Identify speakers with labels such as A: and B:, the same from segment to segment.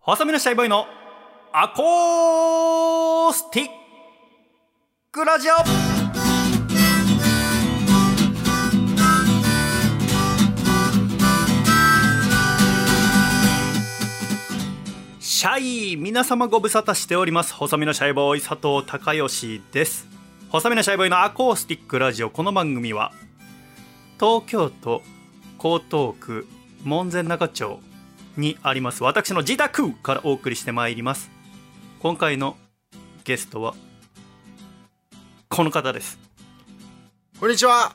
A: 細身のシャイボーイのアコースティックラジオシャイ皆様ご無沙汰しております細身のシャイボーイ佐藤孝義です細身のシャイボーイのアコースティックラジオこの番組は東京都江東区門前仲町にあります私の自宅からお送りしてまいります今回のゲストはこの方です
B: こんにちは。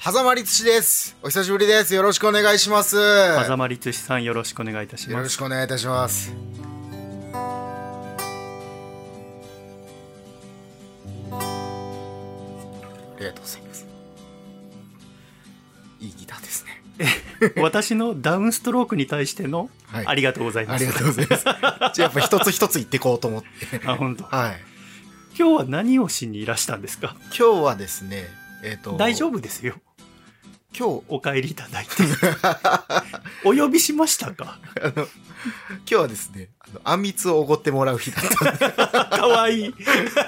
B: 狭間律師です。お久しぶりです。よろしくお願いします。よ
A: 風間律師さんよろしくお願いいたしま
B: ろ
A: す
B: しくお願いいたします。ありがとうございます。いいギターですね。
A: 私のダウンストロークに対しての
B: はい
A: ありがとうござい
B: あ
A: ます、
B: りがとうございます。じゃあやっぱ一つ一つ言っていこうと思って。
A: あ本当。
B: はい。
A: 今日は何をしにいらしたんですか
B: 今日はですね、えっ、と、
A: 大丈夫ですよ
B: 今日、
A: お帰りいただい てお呼びしましたか
B: 今日はですね、あの、あんみつをおごってもらう日だったんで
A: かわいい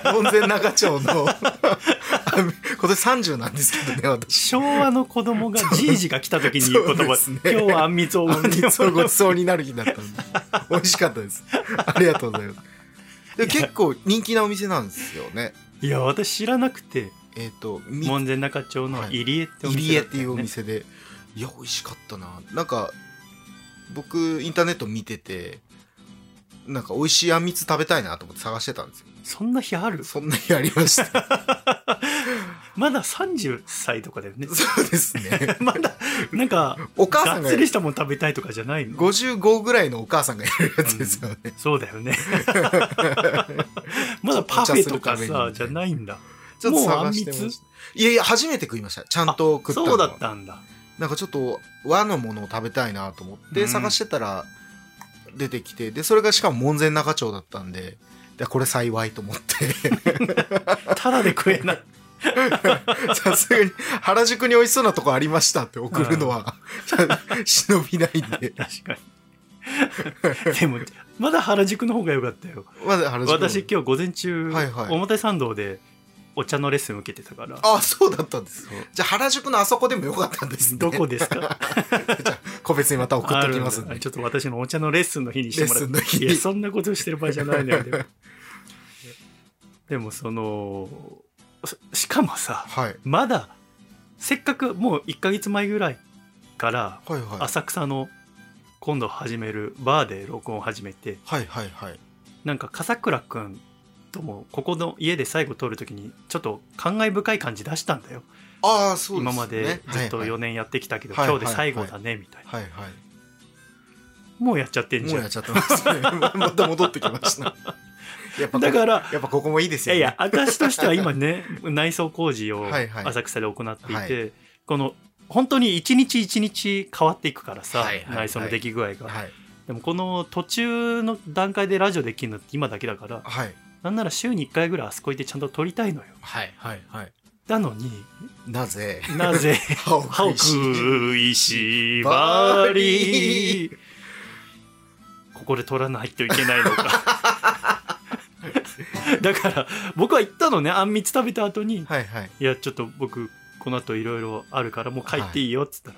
B: 門前仲町の あ今年30なんですけどね私
A: 昭和の子供がじいじが来た時に言う言葉
B: そうで
A: 今
B: すね
A: 日はあんみつをおご
B: 本
A: ってもらう
B: 日ごちそうになる日だったんで美味しかったですありがとうございますで結構人気なお店なんですよね
A: いや私知らなくて
B: えっ、とみ
A: 門前仲町の入江ってお店、
B: 入江っていうお。店でいや美味しかったななんか僕インターネット見ててなんか美味しいあんみつ食べたいなと思って探してたんですよ
A: そんな日ある
B: そんな日あり ました。
A: まだ30歳とかだよね
B: そうですね
A: まだ、なんか、
B: お母
A: が
B: さん
A: っ
B: が
A: つりしたもん食べたいとかじゃないの
B: 55ぐらいのお母さんがやるやつですよね、
A: そうだよ ね。まだパフェとか
B: ちょっとお茶するため
A: さ、
B: に
A: じゃないんだ。
B: ちょっと探して
A: もうあん
B: ま
A: み
B: した。いやいや、初めて食いました。ちゃんと食ったのは
A: そうだったんだ。
B: なんかちょっと和のものを食べたいなと思っ
A: う
B: て
A: ん
B: 探してたら出てきて、で、それがしかも門前仲町だったんで、でこれ幸いと思って、
A: ただで食えない。
B: さすがに原宿に美味しそうなとこありましたって送るのは、 忍びないんで。
A: 確かに。でも、まだ原宿の方が良かったよ。
B: まだ原宿の
A: 私今日午前中、
B: はいはい
A: 表参道でお茶のレッスン受けてたから。
B: あ、そうだったんです。じゃあ原宿のあそこでもよかったんですね。
A: どこですか
B: 個別にまた送っときます
A: あ
B: ん
A: るんだ
B: で
A: ち。ょっと私のお茶のレッスンの日にしてもらっ
B: レ
A: て
B: ッスンの日に
A: いやそんなことしてる場合じゃない のよでもでもそのししかもさ
B: はい。
A: まだせっかくもう1ヶ月前ぐらいから
B: はいはい。
A: 浅草の今度始めるバーで録音を始めて
B: はいはいはい。
A: なんか笠倉くんともここの家で最後撮る時にちょっと感慨深い感じ出したんだよ、
B: ああ、そうですね。
A: 今までずっと
B: はい
A: 4年やってきたけど、
B: はいは
A: 今
B: い
A: 日で最後だねみたいな、
B: はいはい。はい
A: もうやっちゃってんじ
B: もう
A: ゃ
B: やっ
A: ん
B: ちゃってますね。また戻ってきま した。やっぱこ
A: だから
B: やっぱここもいいです
A: い
B: よ
A: や
B: ね。
A: いや、私としては今ね、 内装工事を
B: はいはい
A: 浅草で行っていて、
B: は
A: この、本当に一日一日変わっていくからさ、
B: はいはいはい
A: 内装の出来具合が、
B: はい。
A: でもこの途中の段階でラジオできるのって今だけだから、
B: はい。
A: なんなら週に1回ぐらいあそこ行ってちゃんと撮りたいのよ。
B: はい。はい。はい。
A: なのに、
B: なぜ、
A: なぜ、
B: 歯を
A: 歯を食いしばり、ここで撮らないといけないの か。だから、僕は行ったのね、あんみつ食べた後に、
B: はいはい。
A: いや、ちょっと僕、この後いろいろあるから、もう帰っていいよっつったら、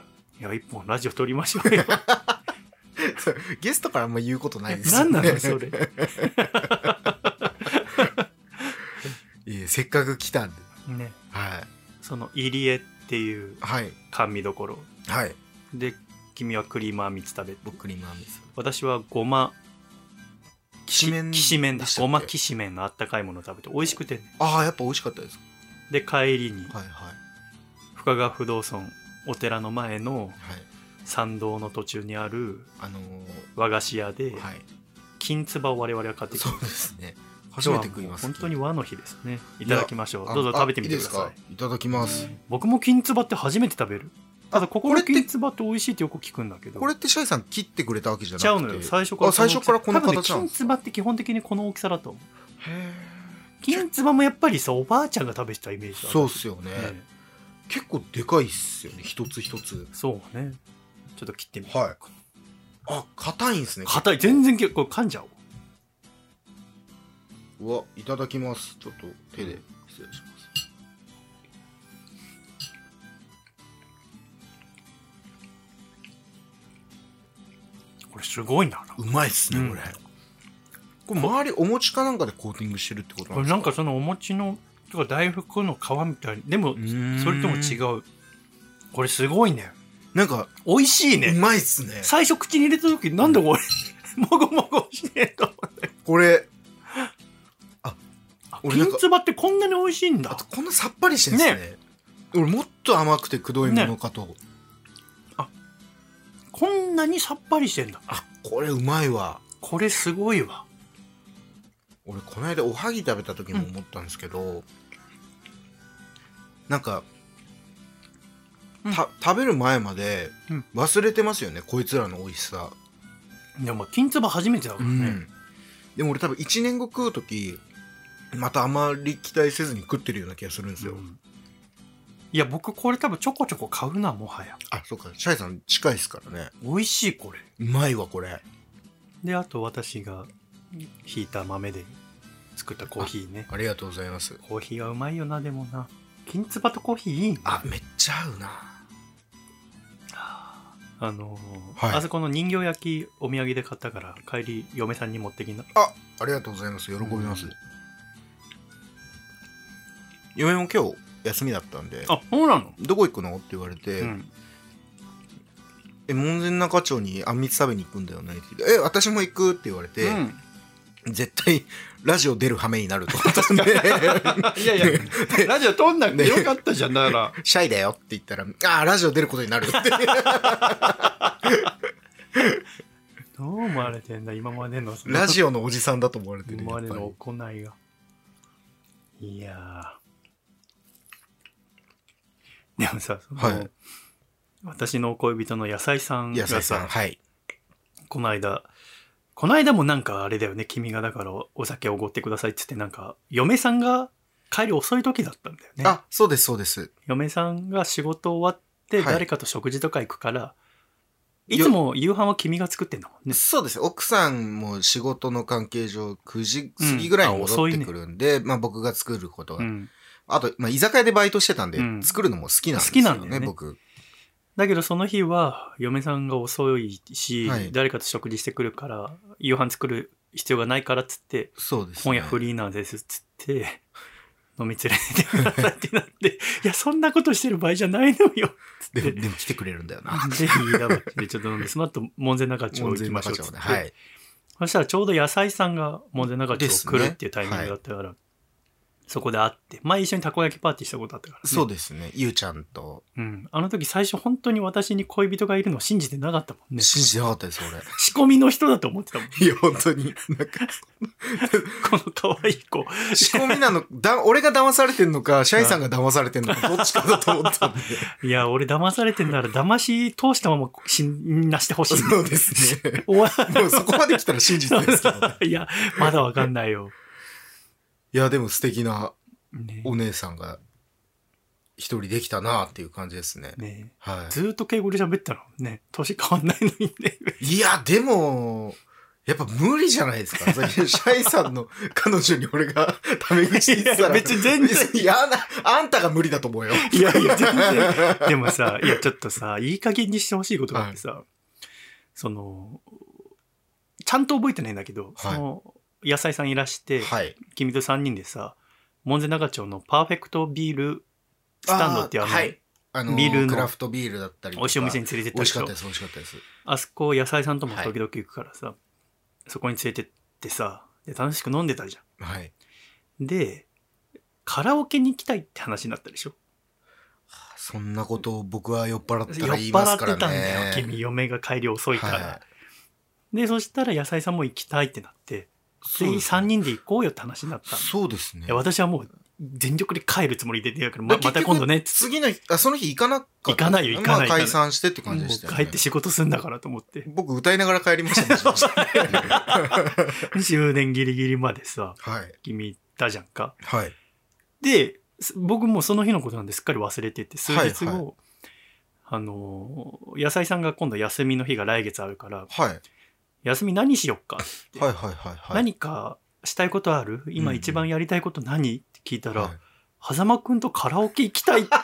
A: い、や、一本ラジオ撮りましょう よ。
B: そうゲストからあんま言うこと ないですよ
A: 何
B: ね。
A: なのそれ。
B: いやせっかく来たんで。
A: ね。
B: はい。
A: その、入江っていう
B: はい。
A: 甘味どころ。
B: はい。
A: で、君はクリームあんみつ食べて、
B: 僕にマミさん。
A: 私はごま、き
B: きしめん
A: きしめんだ
B: でし。たっ
A: ごま
B: け
A: きしめんのあったかいもの食べて、美味しくてね、
B: ああ、やっぱ美味しかったです。
A: で、帰りに、
B: はいはい。
A: 深川不動尊、お寺の前の
B: はい。
A: 参道の途中にある
B: あの
A: 和菓子屋で
B: ー、、はい。
A: 金つばを我々は買ってきて
B: そうですね。初めて食います。
A: 本当に和の日ですねいただきましょう
B: あ。
A: どうぞ食べてみてくだ
B: あ
A: さい
B: いいですかいただきます。
A: 僕も金つばって初めて食べるただここ
B: こ
A: の
B: れって
A: 金つばって美味しいってよく聞くんだけど
B: これってシャイさん切ってくれたわけじゃなく
A: ち
B: て
A: ゃうのよ最初から
B: あ最初からこの
A: 多分ね
B: 形なん
A: 金
B: ですか
A: つばって基本的にこの大きさだと思う
B: へ
A: 金つばもやっぱりさおばあちゃんが食べてたイメー
B: ー
A: ジ
B: そう
A: う
B: っすよね、
A: ね
B: 結構でかいっすよね一つ一つ
A: そうねちょっと切ってみよ
B: はあ硬いんですね
A: 硬い全然結構噛んじゃう
B: うわいただきますちょっと手で失礼します
A: これすごいんだな
B: うまいっすね、
A: うん
B: これこれ周りお餅かなんかでコーティングしてるってことな
A: これ
B: んです
A: なんかそのお餅のとか大福の皮みたいにでも
B: か
A: それとも違
B: う
A: うこれすごいね
B: なんか
A: 美味しいうね
B: まいっすね
A: 最初口に入れた時なんでこれもごもごしてんと思って
B: これ
A: あ
B: 俺なんか
A: 金つばってこんなに美味しいん
B: あ
A: だ
B: とこんなさっぱりしてんですね俺もっと甘くてくどいものかと、
A: こんなにさっぱりしてんだ
B: あこれうまいわ
A: これすごいわ
B: 俺この間おはぎ食べた時も思ったんですけど、なんか、
A: うん
B: た食べる前まで
A: うん
B: 忘れてますよね、こいつらの美味しさ、
A: でも金つば初めてだからね
B: でも俺多分1年後食う時またあまり期待せずに食ってるような気がするんですよ、
A: うんいや僕これ多分ちょこちょこ買うなもはや
B: あそうかシャイさん近いですからね
A: 美味しいこれ
B: うまいわこれ
A: であと私がひいた豆で作ったコーヒーね
B: ありがとうございます
A: コーヒーはうまいよなでもな金つばとコーヒーいいね
B: あめっちゃ合うな
A: あのー
B: はい
A: あそこの人形焼きお土産で買ったから帰り嫁さんに持ってきな
B: あありがとうございます喜びます、
A: うん
B: 嫁も今日休みだったんで
A: あそうなの
B: どこ行くのって言われて、
A: うん
B: え門前仲町にあんみつ食べに行くんだよねって言ってえ私も行くって言われて、
A: うん
B: 絶対ラジオ出る羽目になると思ったん で
A: いやいやラジオ撮んなくてよかったじゃんだから
B: シャイだよって言ったらああラジオ出ることになるって
A: どう思われてんだ今までの
B: ラジオのおじさんだと思われてる
A: 今ま
B: やっ
A: で
B: ぱ
A: の
B: り
A: 行いがいやーでもさその、
B: はい
A: 私の恋人の野菜さん
B: 野
A: が
B: 菜さん
A: さ
B: はい
A: この間この間もなんかあれだよね君がだからお酒おごってくださいっつってなんか嫁さんが帰り遅い時だったんだよね
B: あそうですそうです
A: 嫁さんが仕事終わって
B: はい
A: 誰かと食事とか行くから、い、
B: よ
A: つも夕飯は君が作ってんだもんね
B: そうです奥さんも仕事の関係上9時過ぎぐらいに
A: うんあ
B: 戻っ
A: 遅い
B: て
A: ね
B: くるんで、まあ、僕が作ることが、
A: うん
B: あと、まあ、居酒屋でバイトしてたんで、
A: うん
B: 作るのも好きなんです
A: 好き
B: よね
A: なんだよね
B: 僕
A: だけどその日は嫁さんが遅いし、
B: はい
A: 誰かと食事してくるから夕飯作る必要がないからっつって
B: そうです、
A: 今夜フリーなんですっつって、 飲み連れてくださいってなって、いや、そんなことしてる場合じゃないのよ。つって、
B: で
A: ぜ
B: もでも来てくれるんだよな
A: ひ飯田橋 でちょっと飲んで、その後、門前仲町行きましょうっつって。
B: はい
A: そしたらちょうど野菜さんが門前仲町来るっていうタイミングだったから、そこで会って、前一緒にたこ焼きパーティーしたことあったから、ね。
B: そうですね。ゆうちゃんと。
A: うん。あの時最初本当に私に恋人がいるのを信じてなかったもんね。
B: 信じてなかったです、俺。
A: 仕込みの人だと思ってたもん。
B: いや、本当に。なんか、
A: この可愛い子。
B: 仕込みなの、だ、俺が騙されてんのか、シャイさんが騙されてんのか、どっちかだと思ったんで。
A: いや、俺騙されてんなら騙し通したまま死なして ほしいね。
B: そうですね。
A: おわ
B: もうそこまで来たら信じ てないですけどね。
A: いや、まだわかんないよ。
B: いや、でも素敵な
A: ね
B: お姉さんが、一人できたなっていう感じですね。
A: ね
B: は
A: ずーっと敬語で喋ったのね。年変わんないのにね。
B: い。いや、でも、やっぱ無理じゃないですか。 そういうシャイさんの彼女に俺がタメ口言ってたら。
A: いや別に全然
B: いや、なあんたが無理だと思うよ。
A: いやいや、全然。 でもさ、いや、ちょっとさ、いい加減にしてほしいことがあってさ、その、ちゃんと覚えてないんだけど、
B: はい
A: その、野菜さんいら して、
B: はい。
A: 君と3人でさ、門前仲町のパーフェクトビールスタンドってあの、
B: あーはいあの
A: ビールの
B: クラフトビールだったりと
A: 美味しいお店に連れてっ
B: 美
A: た
B: 味しかっ
A: 人
B: たです美味しかったです
A: あそこ野菜さんとも時々行くからさ、そこに連れてってさで楽しく飲んでたじゃ
B: はい
A: んでカラオケに行きたいって話になったでしょ
B: そんなことを僕は酔っ払っ
A: 酔
B: た
A: っ
B: ら言い
A: 払
B: ま
A: っ
B: す
A: て
B: か
A: た
B: ら
A: ん
B: ね
A: だよ君嫁が帰り遅いから、
B: は
A: でそしたら野菜さんも行きたいってなって
B: い
A: 全員3
B: 人
A: 人で行こうよって話になったの
B: そうですね
A: いや私はもう全力で帰るつもりで出てるからま
B: だ
A: ま
B: から
A: た
B: 結局
A: 今度ねっつっ
B: 次の日あその日行かなかった
A: 行かないよ行かない
B: まあ解散してって感じでした
A: て
B: よ、ね、
A: 帰って仕事すんだからと思って
B: 僕歌いながら帰りましたもん
A: 終電ギリギリまでさ
B: はい
A: 君行ったじゃんか
B: はい
A: で、す僕もうその日のことなんですっかり忘れてて、数日後、
B: はいは
A: あの野菜さんが今度休みの日が来月あるから
B: はい
A: 休み何しよっか、
B: はいはいはいはい
A: 何かしたいことある今一番やりたいこと何って聞いたら、
B: はい
A: 狭間くんとカラオケ行きたいって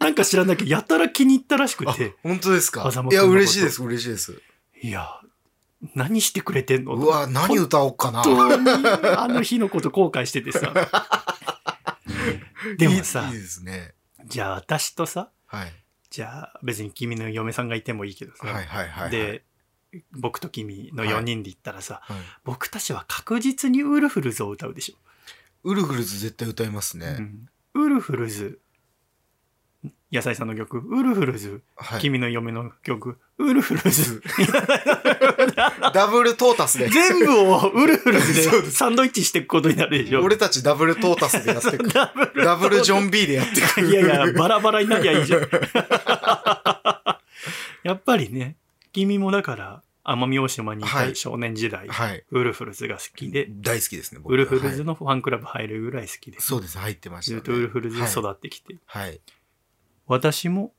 A: なんか知らなきゃやたら気に入ったらしく
B: あ
A: て
B: 本当ですか
A: 風間
B: い
A: 君の
B: や
A: こと
B: 嬉しいです嬉しいです
A: いや何してくれてんの
B: うわ何歌おうかな
A: 本当にあの日のこと後悔しててさ でもさ
B: いいいいですね
A: じゃあ私とさ
B: はい
A: じゃあ別に君の嫁さんがいてもいいけどさ、
B: はいはいはいはい
A: で僕と君の4人で行ったらさ、
B: はい
A: 僕たちは確実にウルフルズを歌うでし
B: ウルフルズ絶対歌います
A: ょ、
B: ね、
A: うんウルフルズ野菜さんの曲ウルフルズ、
B: はい
A: 君の嫁の曲ウルフル ズ
B: ダブルトータスで
A: 全部をウルフルズ
B: そう
A: でサンドイッチしていくことになるでしょ
B: 俺たちダブルトータスでやって く
A: ダブル
B: ダブルジョン B でやってく
A: いやいや、バラバラになりゃいいじゃん。 やっぱりね、君もだから、奄美大島にい
B: は
A: た
B: い
A: 少年時代、
B: はい
A: ウルフルズが好きで、
B: 大好きですね僕
A: ウルフルズ
B: はい
A: のファンクラブ入るぐらい好きで、
B: そうです入ってました、
A: ず
B: ね、
A: っとウルフルズで
B: はい
A: 育ってきて、
B: はい
A: 私も、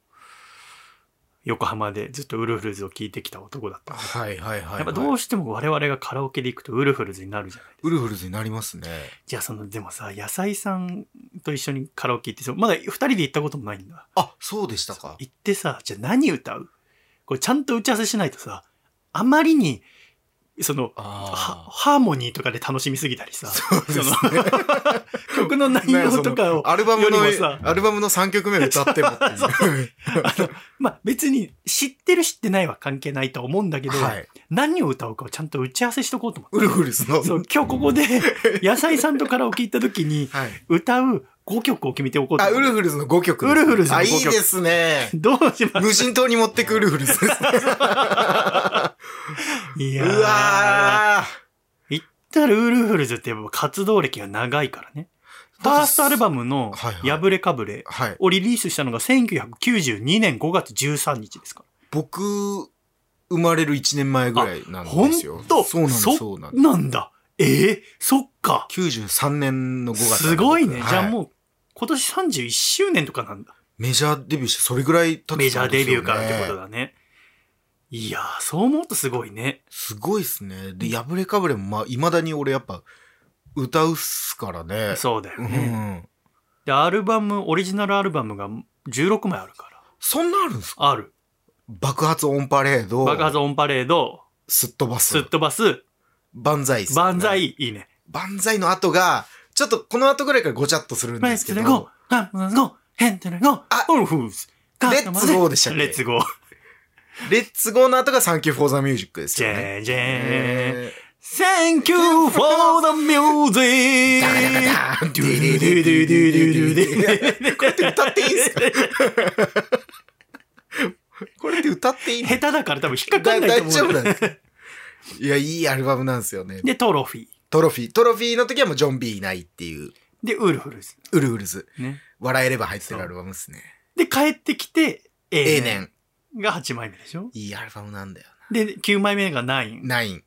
A: 横浜でずっとウルフルズを聴いてきた男だったんで
B: はいはいはい、はい、
A: やっぱどうしても我々がカラオケで行くとウルフルズになるじゃない
B: ウルフルズになりますね
A: じゃあそのでもさ野菜さんと一緒にカラオケ行ってそうまだ2人で行ったこともないんだ
B: あそうでしたか
A: 行ってさ、じゃあ何歌うこれちゃんと打ち合わせしないとさ、あまりに、その、は
B: あ
A: ハーモニーとかで楽しみすぎたりさ、
B: あそうですね
A: その曲の内容とかを、
B: アルバムの
A: よりもさ
B: アルバムの3曲目歌ってもっていう
A: そうまあ別に知ってる知ってないは関係ないと思うんだけど、
B: はい
A: 何を歌うかをちゃんと打ち合わせしとこうと思って。
B: ウルフルズの
A: そう今日ここで 野菜さんとカラオケ行った時に
B: はい
A: 歌う5曲を決めておこうと
B: あ
A: 思
B: ウル
A: って。
B: フルズの5曲です
A: ウルフルズの
B: あ
A: 5
B: いい
A: 曲
B: で すね
A: どうします
B: 無人島に持ってくウルフルズですね
A: いうやー
B: わー
A: 言ったらウルフルズってやっぱ活動歴が長いからね。ファーストアルバムの
B: はいはい
A: 破れかぶれ
B: はい。
A: をリリースしたのが1992年5月13日ですか
B: 僕、生まれる1年前ぐらいなん
A: ら。ほん
B: ですよ。
A: と
B: そうなんです、
A: そ
B: そうなんです。
A: なんだ。ええそっか。
B: 93年の5月なんです。
A: すごいね。
B: は
A: じゃあもう今年31周年とかなんだ。
B: メジャーデビューして、それぐらい経って
A: メジャーデビューからってこと
B: だ。
A: だね。いやー、そう思うとすごいね。
B: すごいですね。で、破れかぶれも、まあ、未だに俺やっぱ、歌うっすからね。
A: そうだよ
B: うん。
A: ね。で、アルバム、オリジナルアルバムが16枚あるから。
B: そんなあるんですか
A: ある。
B: 爆発オンパレード。
A: 爆発オンパレード、
B: すっ飛ば
A: す
B: す
A: っ。飛ばす、
B: 万歳っすね
A: 万。歳、いいね。
B: 万歳の後が、ちょっとこの後ぐらいからごちゃっとするん
A: レ
B: で
A: ッ
B: す
A: ツ
B: け
A: レ
B: ど。
A: ゴー、レッツゴー、ヘンテレゴ
B: あ
A: ー、オルフーズ、
B: レッツゴーでしたっけ
A: レッツゴー。
B: レッツゴーの後がサンキューフォーザミュージックです
A: ジ
B: よね。
A: ェンジェン。
B: えー
A: Thank you for the music!
B: ダメダメダ
A: ド
B: メ
A: ゥドゥドゥドゥドゥドゥドゥドゥ
B: これって歌っていいんすかこれって歌っていいん
A: 下手だから多分引っかかんない
B: 大
A: と
B: 丈
A: 思う。
B: 夫なんですかいや、いいアルバムなんですよね。
A: で、トロフィー。
B: トロフィー。トロフィーの時はもうジョン・ビーいないっていう、
A: で、ウルフルズ。
B: ウルフルズ。
A: ね。
B: 笑えれば入ってるアルバムですね。
A: で、帰ってきて、
B: A
A: A 年
B: 年。
A: が8枚目でしょ
B: いいアルバムなんだよ
A: で、9枚目がナイン。
B: な。9、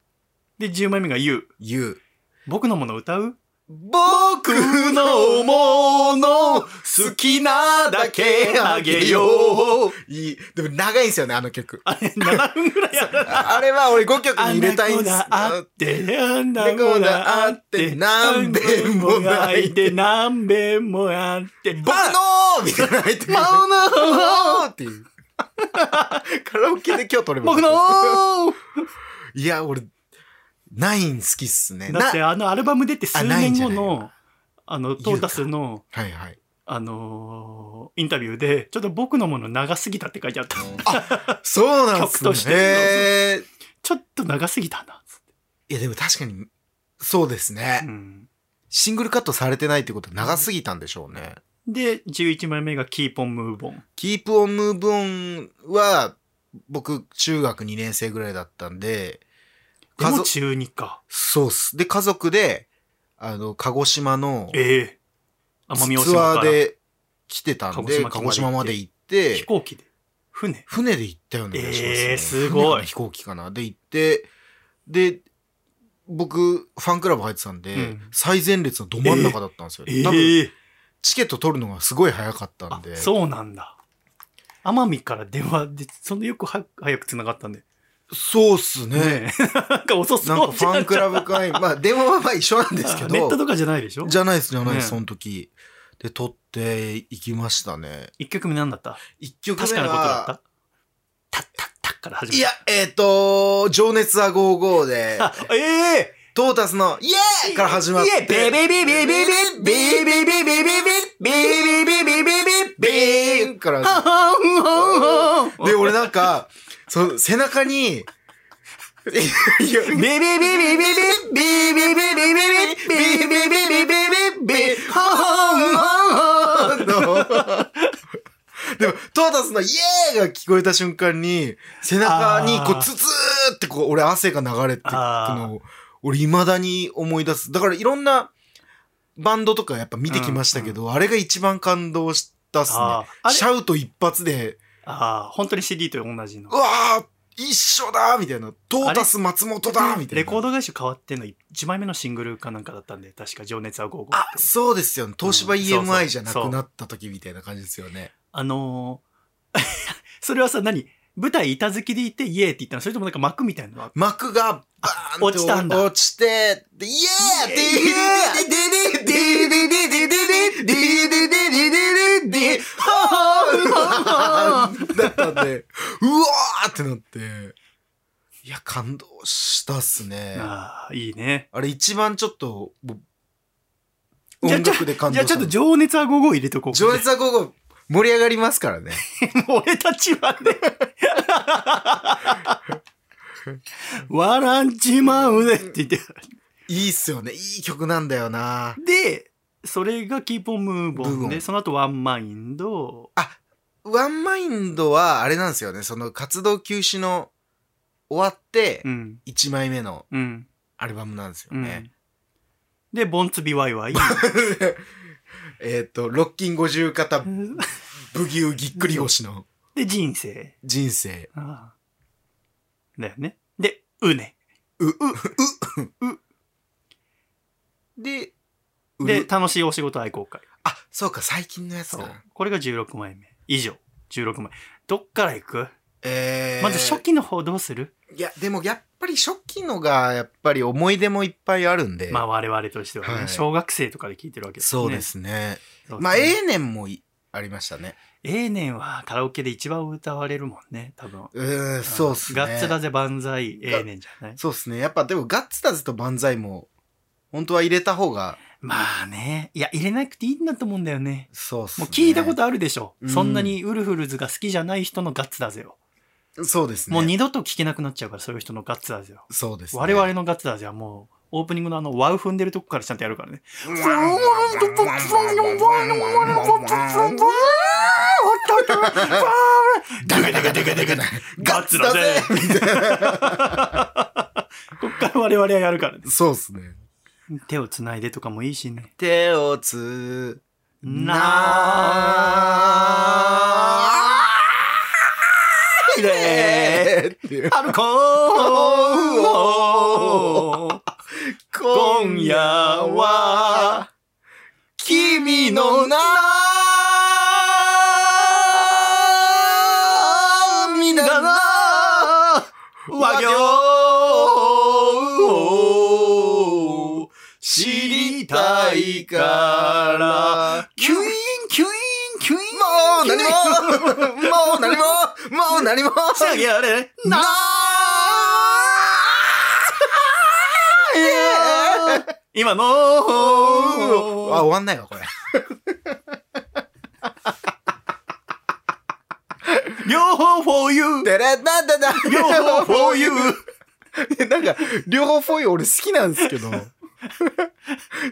A: で、10枚目が U。
B: You。
A: 僕のもの歌う
B: 僕
A: の
B: もの
A: 好
B: きな
A: だけあげよ
B: う。いい。でも長いんですよね、あの曲。
A: あ れ、7分ぐらいやった。
B: ああれは俺5曲に入れたいんです。
A: あって、あんな
B: こ
A: こ
B: だ
A: だ
B: あ
A: あ
B: っ
A: ってて、
B: 何べんも
A: が
B: 泣い
A: いて、
B: て
A: 何べんもやって、
B: 僕のみたいなの入ってる。のっていう。カラオケで今日撮れば
A: 僕の
B: いや、俺、ナイン好きっすね。な
A: だって
B: は
A: あのアルバム出て数
B: あないん
A: 年
B: じゃ
A: 後
B: ない
A: の、あの、トータスの、
B: いはい。
A: あのーインタビューで、ちょっと僕のもの長すぎたって書いてあった。
B: そうなんです
A: 曲
B: ね。
A: として
B: へ
A: ちょっと長すぎたな、つっ
B: ーいや、でも確かに、そうですね
A: て。うん。
B: シングルカットされてないってことは長すぎたんでしょうね。
A: で、11枚目が Keep on Move On。
B: キープオンムーブオンは、僕、中学2年生ぐらいだったんで、
A: で
B: 家
A: も
B: 族、
A: 中2か。
B: そうっす。で、家族で、あの、鹿児島の、
A: ええ奄美大島
B: ツア
A: か
B: ー
A: ら
B: で来てたんで、鹿
A: 鹿
B: 児
A: 児
B: 島
A: 島
B: ま
A: ま
B: で
A: で
B: 行っ
A: 飛
B: て、
A: 行機で。船。
B: 船で行ったような気がしますね。
A: えーすごい
B: 船かな飛行機かな。で行って、で、僕、ファンクラブ入ってたんで、
A: うん
B: 最前列のど真ん中だったんですよ、ね
A: ええ
B: 多分、チケット取るのがすごい早かったん
A: あ
B: で、
A: そうなんだ奄美から電話でそんなよくは早く繋がったんで、
B: そうっすね
A: ねえなんか遅
B: なん
A: そ
B: か
A: う
B: ファンクラブ会まあ電話はまあ一緒なんですけど
A: ネットとかじゃないでしょ
B: じゃないですじゃないです、
A: ね
B: その時で撮っていきましたね
A: 一曲目なんだった
B: 一曲
A: 確
B: 目
A: かなことだっ
B: は
A: たたったったから始ま
B: いやえっ、と「情熱は55」で
A: あええ
B: トータスの「イエーイ!」から始まっ
A: いえベ
B: て
A: ベベベベベベベベベベベベベベベベベ
B: から
A: ははんはんはん
B: で俺なんかその背 中にいや
A: ベベベベベベベベベベベベベベベベベベベははんはんはん
B: あのでも、トータスのイエーイが聞こえた瞬間に、背中にこ
A: あー
B: う、ツツーってこう、俺汗が流れてくのを、俺未だに思い出す。だからいろんなバンドとかやっぱ見てきましたけど、あれが一番感動したっすね。
A: ああれ
B: シャウト一発で、
A: ああ本当に CD と同じの
B: うわー一緒だーみたいな。トータス松本だーみたいな。
A: レコード会社変わってんの1枚目のシングルかなんかだったんで確か「情熱は55」
B: あ、そうですよね。東芝
A: うんそうそう
B: EMI じゃなくなった時みたいな感じですよね。
A: あのー それはさ何舞台板付きでいて「イエーって言ったのそれともなんか幕みたいな のは
B: 幕がバーン
A: 落ちたんだ
B: 落ちて、でイエーイででででででででででででででだったんで、うわーってなって、いや、感動したっすね。
A: ああいいね
B: あれ一番ちょっと、もう
A: じゃあ
B: 音楽で感動
A: じゃあちょっと「情熱は午後」入れとこう
B: 情熱は午後、盛り上がりますからね。
A: 俺たちはね 笑んちまうねって言って
B: いいっすよね。いい曲なんだよな。
A: でそれが「キーポンムーボ
B: ムー
A: ン
B: ボ
A: で
B: ン
A: その後ワンマインド
B: ワンマインドは、あれなんですよね。その活動休止の終わって
A: う、ん
B: 1枚目の
A: うん
B: アルバムなんですよ
A: うん、
B: ね。
A: で「ボンツビワイ ワイ」
B: えっと、ロッキン50型ブギウぎっくり腰の
A: で「人生
B: 人生。」
A: ああだよねで「うね
B: う、う、う、う。で、う」
A: で「
B: る。
A: 楽しいお仕事愛好会
B: あ、そうか、最近のや」つ
A: そう
B: だ。
A: これが16枚目以上16枚どっから行く、
B: えー、
A: まず初。期の方どうする
B: いや、でもやっぱり初期のが、やっぱり思い出もいっぱいあるんで。
A: まあ我々としてはね、
B: はい
A: 小学生とかで聞いてるわけですね
B: そうですね。
A: そうですね
B: まあ、永年もいありましたね。
A: 永年はカラオケで一番歌われるもんね多分
B: うーん、そうっすね。
A: ガッツだぜ万歳永年じゃない
B: そうですね。やっぱでもガッツだぜと万歳も、本当は入れた方が、
A: まあねいや入れなくていいんだと思うんだよね
B: そうっすね。
A: もう聞いたことあるでしょ、
B: うん
A: そんなにウルフルズが好きじゃない人のガッツだぜよ、
B: とそうですね。
A: もう二度と聞けなくなっちゃうからそういう人のガッツだぜよ
B: そうです、ね。
A: 我々のガッツだぜはもうオープニングのあのワウ踏んでるとこからちゃんとやるからね
B: ダメダメダメダメダメガッツだぜ
A: こっから我々はやるからね
B: そうですね。
A: 手をつないでとかもいいしね
B: 手をつ
A: な
B: ーいでーっていう
A: 歩こう今夜は
B: 君の涙
A: だな
B: な
A: 和行を知りたいからキュイーンキュイーンキュイーン
B: もう何ももう何ももう何も
A: さあやれな今の
B: あ、終わんないわ、これ。
A: 両方 for you
B: でれだだだ
A: 両方 for you
B: なんか、両方フォーユー俺好きなんです けど。好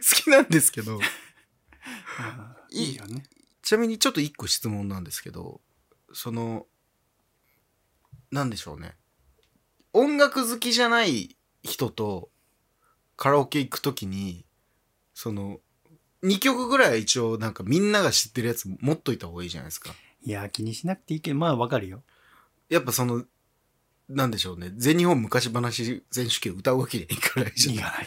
B: きなんですけど。いい
A: よね
B: ちなみにちょっと一個質問なんですけど、その、なんでしょうね。音楽好きじゃない人とカラオケ行くときに、その、2曲ぐらいは一応なんかみんなが知ってるやつ持っといた方がいいじゃないですか。
A: いや気にしなくていいけどまあわかるよ
B: やっぱその、なんでしょうね。全日本昔話選手権歌うわけにはいかないじゃ
A: いい
B: ん。で、
A: かない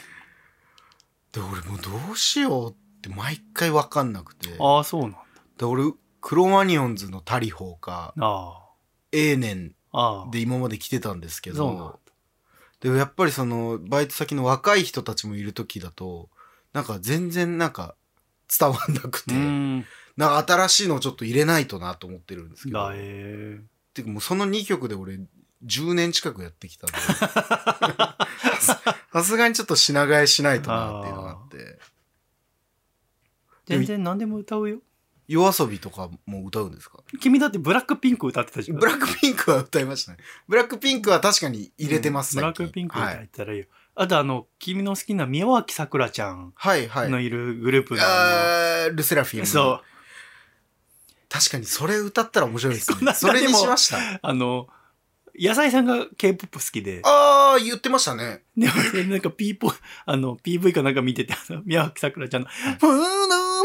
B: 俺もうどうしようって毎回わかんなくて。
A: ああそうなんだ
B: で俺クロマニオンズのタリホーか、
A: あ
B: エーネン
A: あああ
B: で今まで来てたんですけ
A: そうなんだ
B: ど、でもやっぱりその、バイト先の若い人たちもいる時だと、なんか全然なんか伝わんなくて、
A: うん
B: なんか新しいのをちょっと入れないとなと思ってるんですけど。
A: だえー
B: てかもうその2曲で俺10年近くやってきたんで さすがにちょっと品替えしないとなっていうのがあって
A: 全然何でも歌うよ
B: 夜遊びとかも歌うんですか
A: 君だってブラックピンク歌ってたじゃん
B: ブラックピンクは歌いましたねブラックピンクは確かに入れてます、
A: うんブラ
B: 最
A: ック
B: 近
A: ピンク
B: は
A: 歌
B: い、
A: ったらいいよ、あとあの君の好きな宮脇さくらちゃん
B: はいはい
A: のいるグループの、あ
B: あールセラフィ
A: の
B: ム
A: そう
B: 確かにそれ歌ったら面白いですね
A: こんな
B: それに
A: でも
B: しました
A: あの野菜さんが k p o p 好きで
B: ああ言ってましたね
A: でもなんか P ポあの PV かなんか見ててあの宮脇さくらちゃんの「フル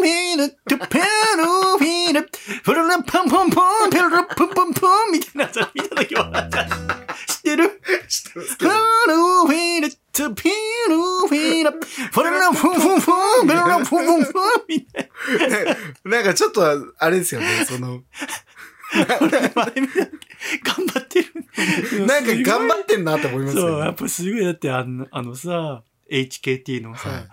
A: ミルトペルミルフルルパンポンポンペルルポンポンポン」みたいなやつ見た時笑っちゃう 知ってる
B: 知ってます
A: フルフィルトピルフィルフルルフンフンフンベルルフンフンフンみたい
B: なんかちょっとあれですよねその
A: なあれ見た時頑張ってる
B: なんか頑張
A: っ
B: ってんなって思います
A: そう
B: よ
A: やっ
B: ね
A: ぱすごいだってあのあのさ HKT のさ、
B: はい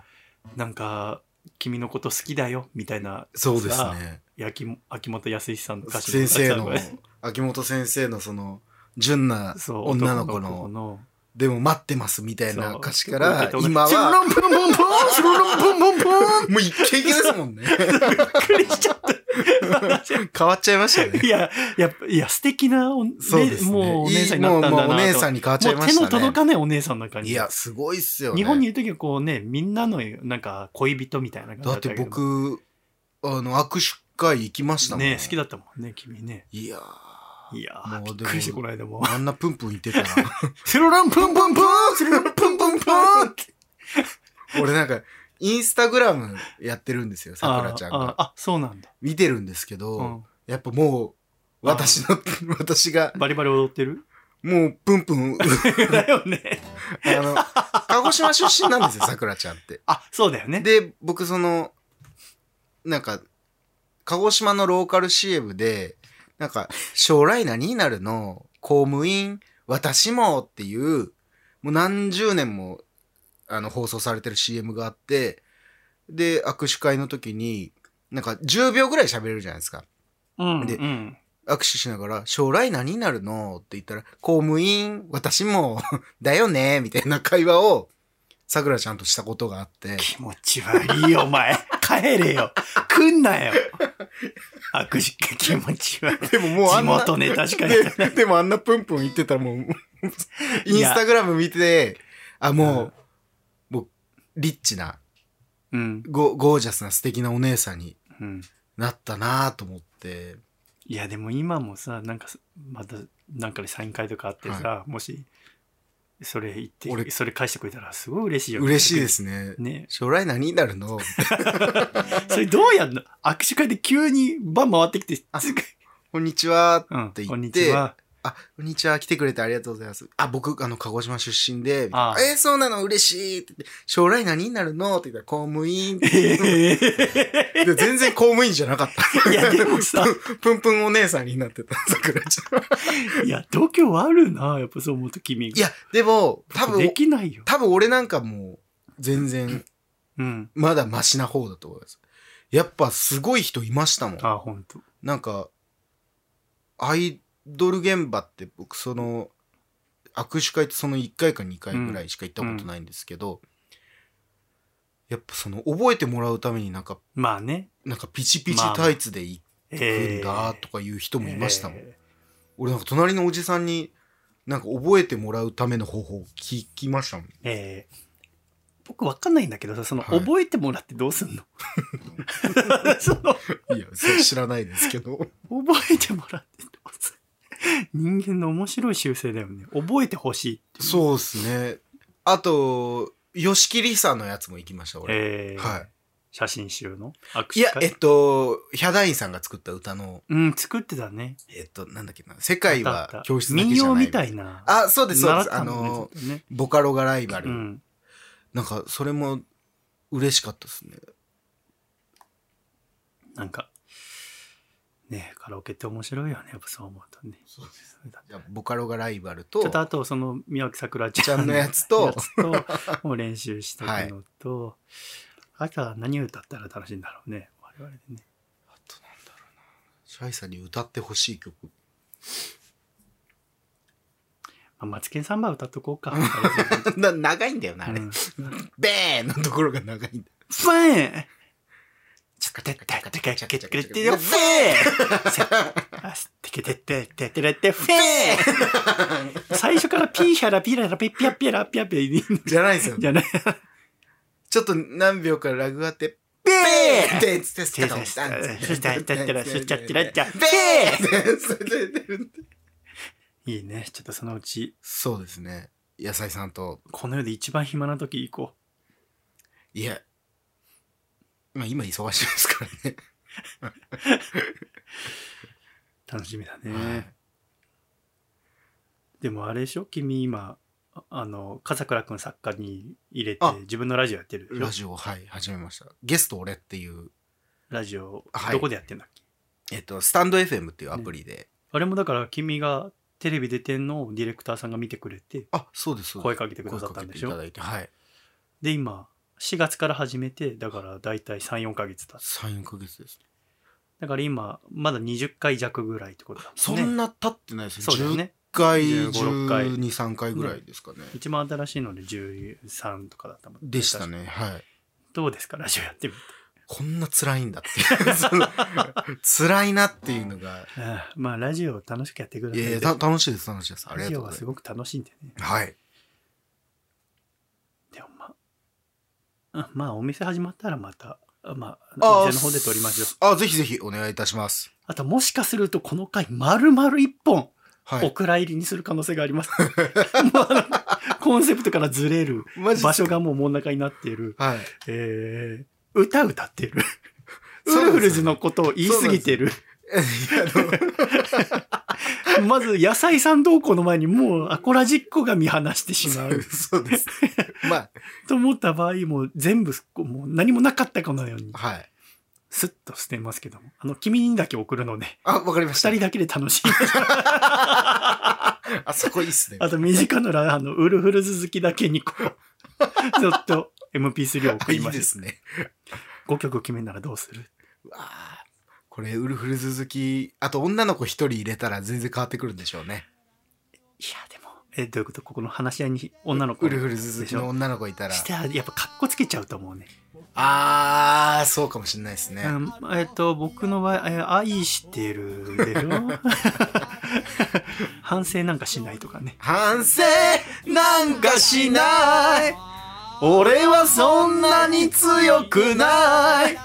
A: なんか君のこと好きだよみたいな
B: そうです
A: さ
B: ね
A: 焼き秋元康さんの歌詞
B: 先生 の
A: 歌詞とかね
B: 秋元先生のその純な
A: そう
B: 女の子の
A: 男の
B: でも待ってますみたいな
A: そう
B: 歌詞から
A: そう
B: 今
A: スル
B: は
A: ルンプンポンポンスルルンプンポンポン
B: もう一ケイケですもんね
A: びっくりしちゃった
B: 変わっちゃいましたよね
A: いや、やっぱ、いや、素敵なお、ね
B: そうですね
A: もうお姉さんになったんだなと。
B: いいもうもうお姉さ
A: ん
B: んに変わっちゃいまし
A: もう手の
B: たね
A: 届かないお姉さんな感じ。
B: いやすごいっすよね
A: 日本にいる時はこうね、みんなの、なんか、恋人みたいな感じ
B: だっ
A: った
B: て
A: けど
B: 僕あの握手会行きましたもん
A: ね、好きだったもんね、君ね。
B: いやー
A: いや
B: もう
A: ー、びっ
B: でも
A: くりして、この間も。
B: あんなプンプン言ってたら
A: セロラン プンプンプンセロランプンプンプンって。
B: 俺なんかインスタグラムやってるんですよさくらちゃん
A: あ
B: が
A: ああ、そうなんだ。
B: 見てるんですけど、
A: うん。
B: やっぱもう、私の、私が、
A: バリバリ踊ってる
B: もう、プンプン、う
A: だよ ね。
B: あの、鹿児島出身なんですよ、さくらちゃんって。
A: あ、そうだよね。
B: で、僕、その、なんか、鹿児島のローカル CM で、なんか、将来何になるの公務員、私もっていう、もう何十年も、あの、放送されてる CM があって、で、握手会の時に、なんか、10秒ぐらい喋れるじゃないですか。
A: うん。
B: で
A: うん。
B: 握手しながら、将来何になるのって言ったら、公務員、私も、 だよねみたいな会話を、さくらちゃんとしたことがあって、
A: 気持ち悪いよ、お前。帰れよ。来んなよ。握手会気持ち悪い。
B: でももうあ
A: 地
B: んな、
A: 元ね、確かに。
B: ででもあんなプンプン言ってたらもう、インスタグラム見て、あ、もう、もう、リッチな、
A: うん。
B: ゴゴージャスな素敵なお姉さんに
A: うん。
B: なったなぁと思って、
A: いや、でも今もさ、なんかさ、また、なんかでサイン会とかあってさ、もし、それ言って、
B: 俺
A: それ返してくれたら、すごい嬉しいよね。
B: 嬉しいですね。
A: ね。
B: 将来何になるの
A: それどうやんの握手会で急にバン回ってきて、
B: あ
A: すぐ
B: こんにちは。
A: うん、
B: て言って
A: こんにちは。
B: あ、こんにちは。来てくれてありがとうございます。あ、僕、あの、鹿児島出身で、
A: ああ
B: えーそうなの嬉しいって言って将来何になるのって言ったら、公務員 って。
A: ええ
B: で全然公務員じゃなかった。
A: いや、でも さ、
B: プンプンお姉さんに なってた、桜ちゃん。
A: いや、度胸あるな、やっぱそう思うと君が。
B: いや、でも、多
A: で
B: 分、
A: きないよ。
B: 多分俺なんかもう、全然、
A: うん。
B: まだマシな方だと思います。やっぱ、すごい人いましたもん。
A: あ、ほんと。
B: なんか、アイドル現場って僕その、握手会ってその1回か2回ぐらいしか行ったことないんですけど、やっぱその覚えてもらうためになんか、
A: まあね。
B: なんかピチピチタイツで行くんだと
A: か
B: かいう人もいましたもん。俺なんか隣のおじさんになんか覚えてもらうための方法を聞きましたもん。
A: えー僕わかんないんだけどさ、その、
B: はい
A: 覚えてもらってどうすんの その、
B: いや、それ知らないですけど。
A: 覚えてもらってどうすん人間の面白い習性だよね。覚えてほしいっていう。
B: そうですね。あと、吉木りさんのやつも行きました、俺。
A: えー
B: はい。
A: 写真集の握
B: い
A: 手
B: や、
A: 会
B: えっと、ヒャダインさんが作った歌の、
A: うん、作ってたね。
B: えっと、なんだっけな、世界
A: あったあ
B: は
A: った
B: 教室だけ
A: 民
B: じゃない。
A: 謡みたいな。
B: あ、そうです、そう
A: 習っ
B: です。あ
A: たもんね、
B: の、
A: ずっとね
B: ボカロがライバル。
A: うん。
B: なんか、それも嬉しかったですね。
A: なんか、ねカラオケって面白いよねやっぱそう思うとね
B: そうです
A: だって
B: じゃあボカロがライバル
A: ちょ
B: と
A: っとあとその宮脇さくらち
B: ち
A: ゃ
B: ゃ
A: んの
B: んの
A: や
B: や
A: つ
B: つ
A: と
B: と
A: もう練習していくのと、あとは何歌ったら楽しいんだろうね我々でね
B: あとなんだろうなシャイさんに歌ってほしい曲
A: まあ、マツケンサンバ歌っとこうか。
B: な長いんだ よなあ
A: う
B: れ、
A: ん、
B: ベーンのところが長いんだ
A: ファン
B: ちょっ
A: テッテッテッテッテッテ
B: フ
A: ッテッテフェー最初からピーヒャラピーララピピャピャラピャピャ
B: じゃないですよ
A: じゃない
B: ちょっと何秒かラグあって
A: ベ
B: ベーン
A: ー
B: ってつって
A: ステススタスタスタスタスタスタいいね。ちょっとそのうち、
B: そうですね野菜さんと
A: この世で一番暇な時行こ
B: いやまあ今忙しいですからね
A: う。楽しみだ
B: はい
A: ね。でもあれでしょ君今、あの、笠倉くん作家に入れて自分のラジオやってる
B: ラジオはい始めましたゲスト俺っていう
A: ラジオ、どこでやってんだっけ
B: えっとスタンド FM っていうアプリで、
A: あれもだから君がテレビ出てんのをディレクターさんが見てくれて
B: あそうですそう
A: 声
B: です
A: かけてくださったんでし
B: 声
A: ょ
B: かけていただいてはい
A: で今4月から始めてだから大体34ヶ月経つ
B: 34ヶ月です
A: だから今まだ20回弱ぐらいってことだもんね
B: そんな経ってないです
A: そうだ
B: よ
A: よ
B: ね
A: ね
B: 10回
A: 15 16回
B: 123回ぐらいですかね
A: 一番新しいので13とかだったもん
B: でしたねはい
A: どうですかラジオやってみて
B: こんな辛いんだっていうその 辛いなっていうのが
A: ああまあラジオを楽しくやってくださ
B: い
A: い
B: やいやた楽しいです楽しいですあり
A: ラ
B: が
A: ジオ
B: とうご
A: は
B: ざい
A: す
B: ま
A: ごく楽しいんでね
B: すはい
A: でもまああまあお店始まったらまたあまあ
B: あ
A: お店の方で撮りましょう
B: あぜひぜひお願いいたします
A: あともしかするとこの回丸々1本
B: は
A: お
B: い
A: 蔵入りにする可能性があります。 もうあのコンセプトからずれる
B: マ
A: 場所がもう真ん中になっている、
B: はい
A: えー、歌歌ってる、ウ
B: そう
A: ル
B: なん
A: フ
B: で
A: ル
B: す
A: ズ
B: よ
A: の
B: ね
A: ことを言い過ぎてる。まず野菜さん同行の前にもうアコラジッコが見放してしまう
B: そうですまあ
A: と思った場合もう全部もう何もなかったかのように
B: はい
A: スッと捨てますけどもあの君にだけ送るので
B: あわかりました
A: 2人だけで 楽しい
B: あそこいいっすね
A: あと身近ならあのウルフルズ好きだけに こうちょっと MP3 を送
B: い
A: り
B: い
A: まし
B: で
A: た
B: すね
A: 5曲決めんならどうする
B: うわあこれウルフルズ好きあと女の子一人入れたら全然変わってくるんでしょうね
A: いやでもえどういうことここの話し合いに女の子
B: ウルフルズ好きの女の子いたら
A: したらやっぱかっこつけちゃうと思うね、
B: あーそうかもしれないですね、
A: うん、えっと僕の場合え愛してるでしょ 反省なんかしないとかね
B: 反省なんかしない俺はそんなに強くない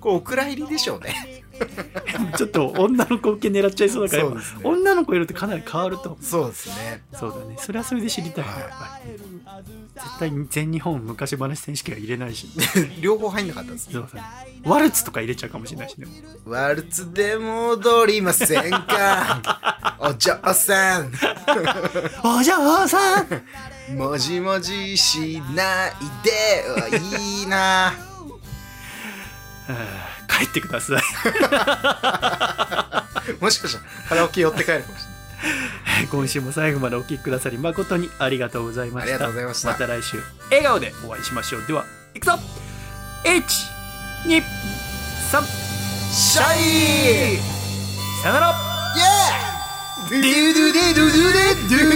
B: これお蔵入りでしょうね
A: ちょっと女の子受け狙っちゃいそうだからやっぱ
B: そうですね
A: 女の子いるとかなり変わると思う
B: そうですね
A: そうだねそれはそれで知りたいなやっぱり絶対に全日本昔話選手権は入れないし
B: 両方入んなかったんです
A: そうだねワルツとか入れちゃうかもしれないしね
B: ワルツでも踊りません かお嬢さん
A: お嬢さん
B: もじもじしないでいいな
A: あー帰ってください
B: もしかしたらカラオケ寄って帰るかもしれない
A: 今週も最後までお聴きくださり誠にありがとうございました
B: ありがとうございました
A: また来週笑顔でお会いしましょうではいくぞ123
B: シャイ
A: さよなら
B: イエードゥドゥドゥドゥドゥドゥ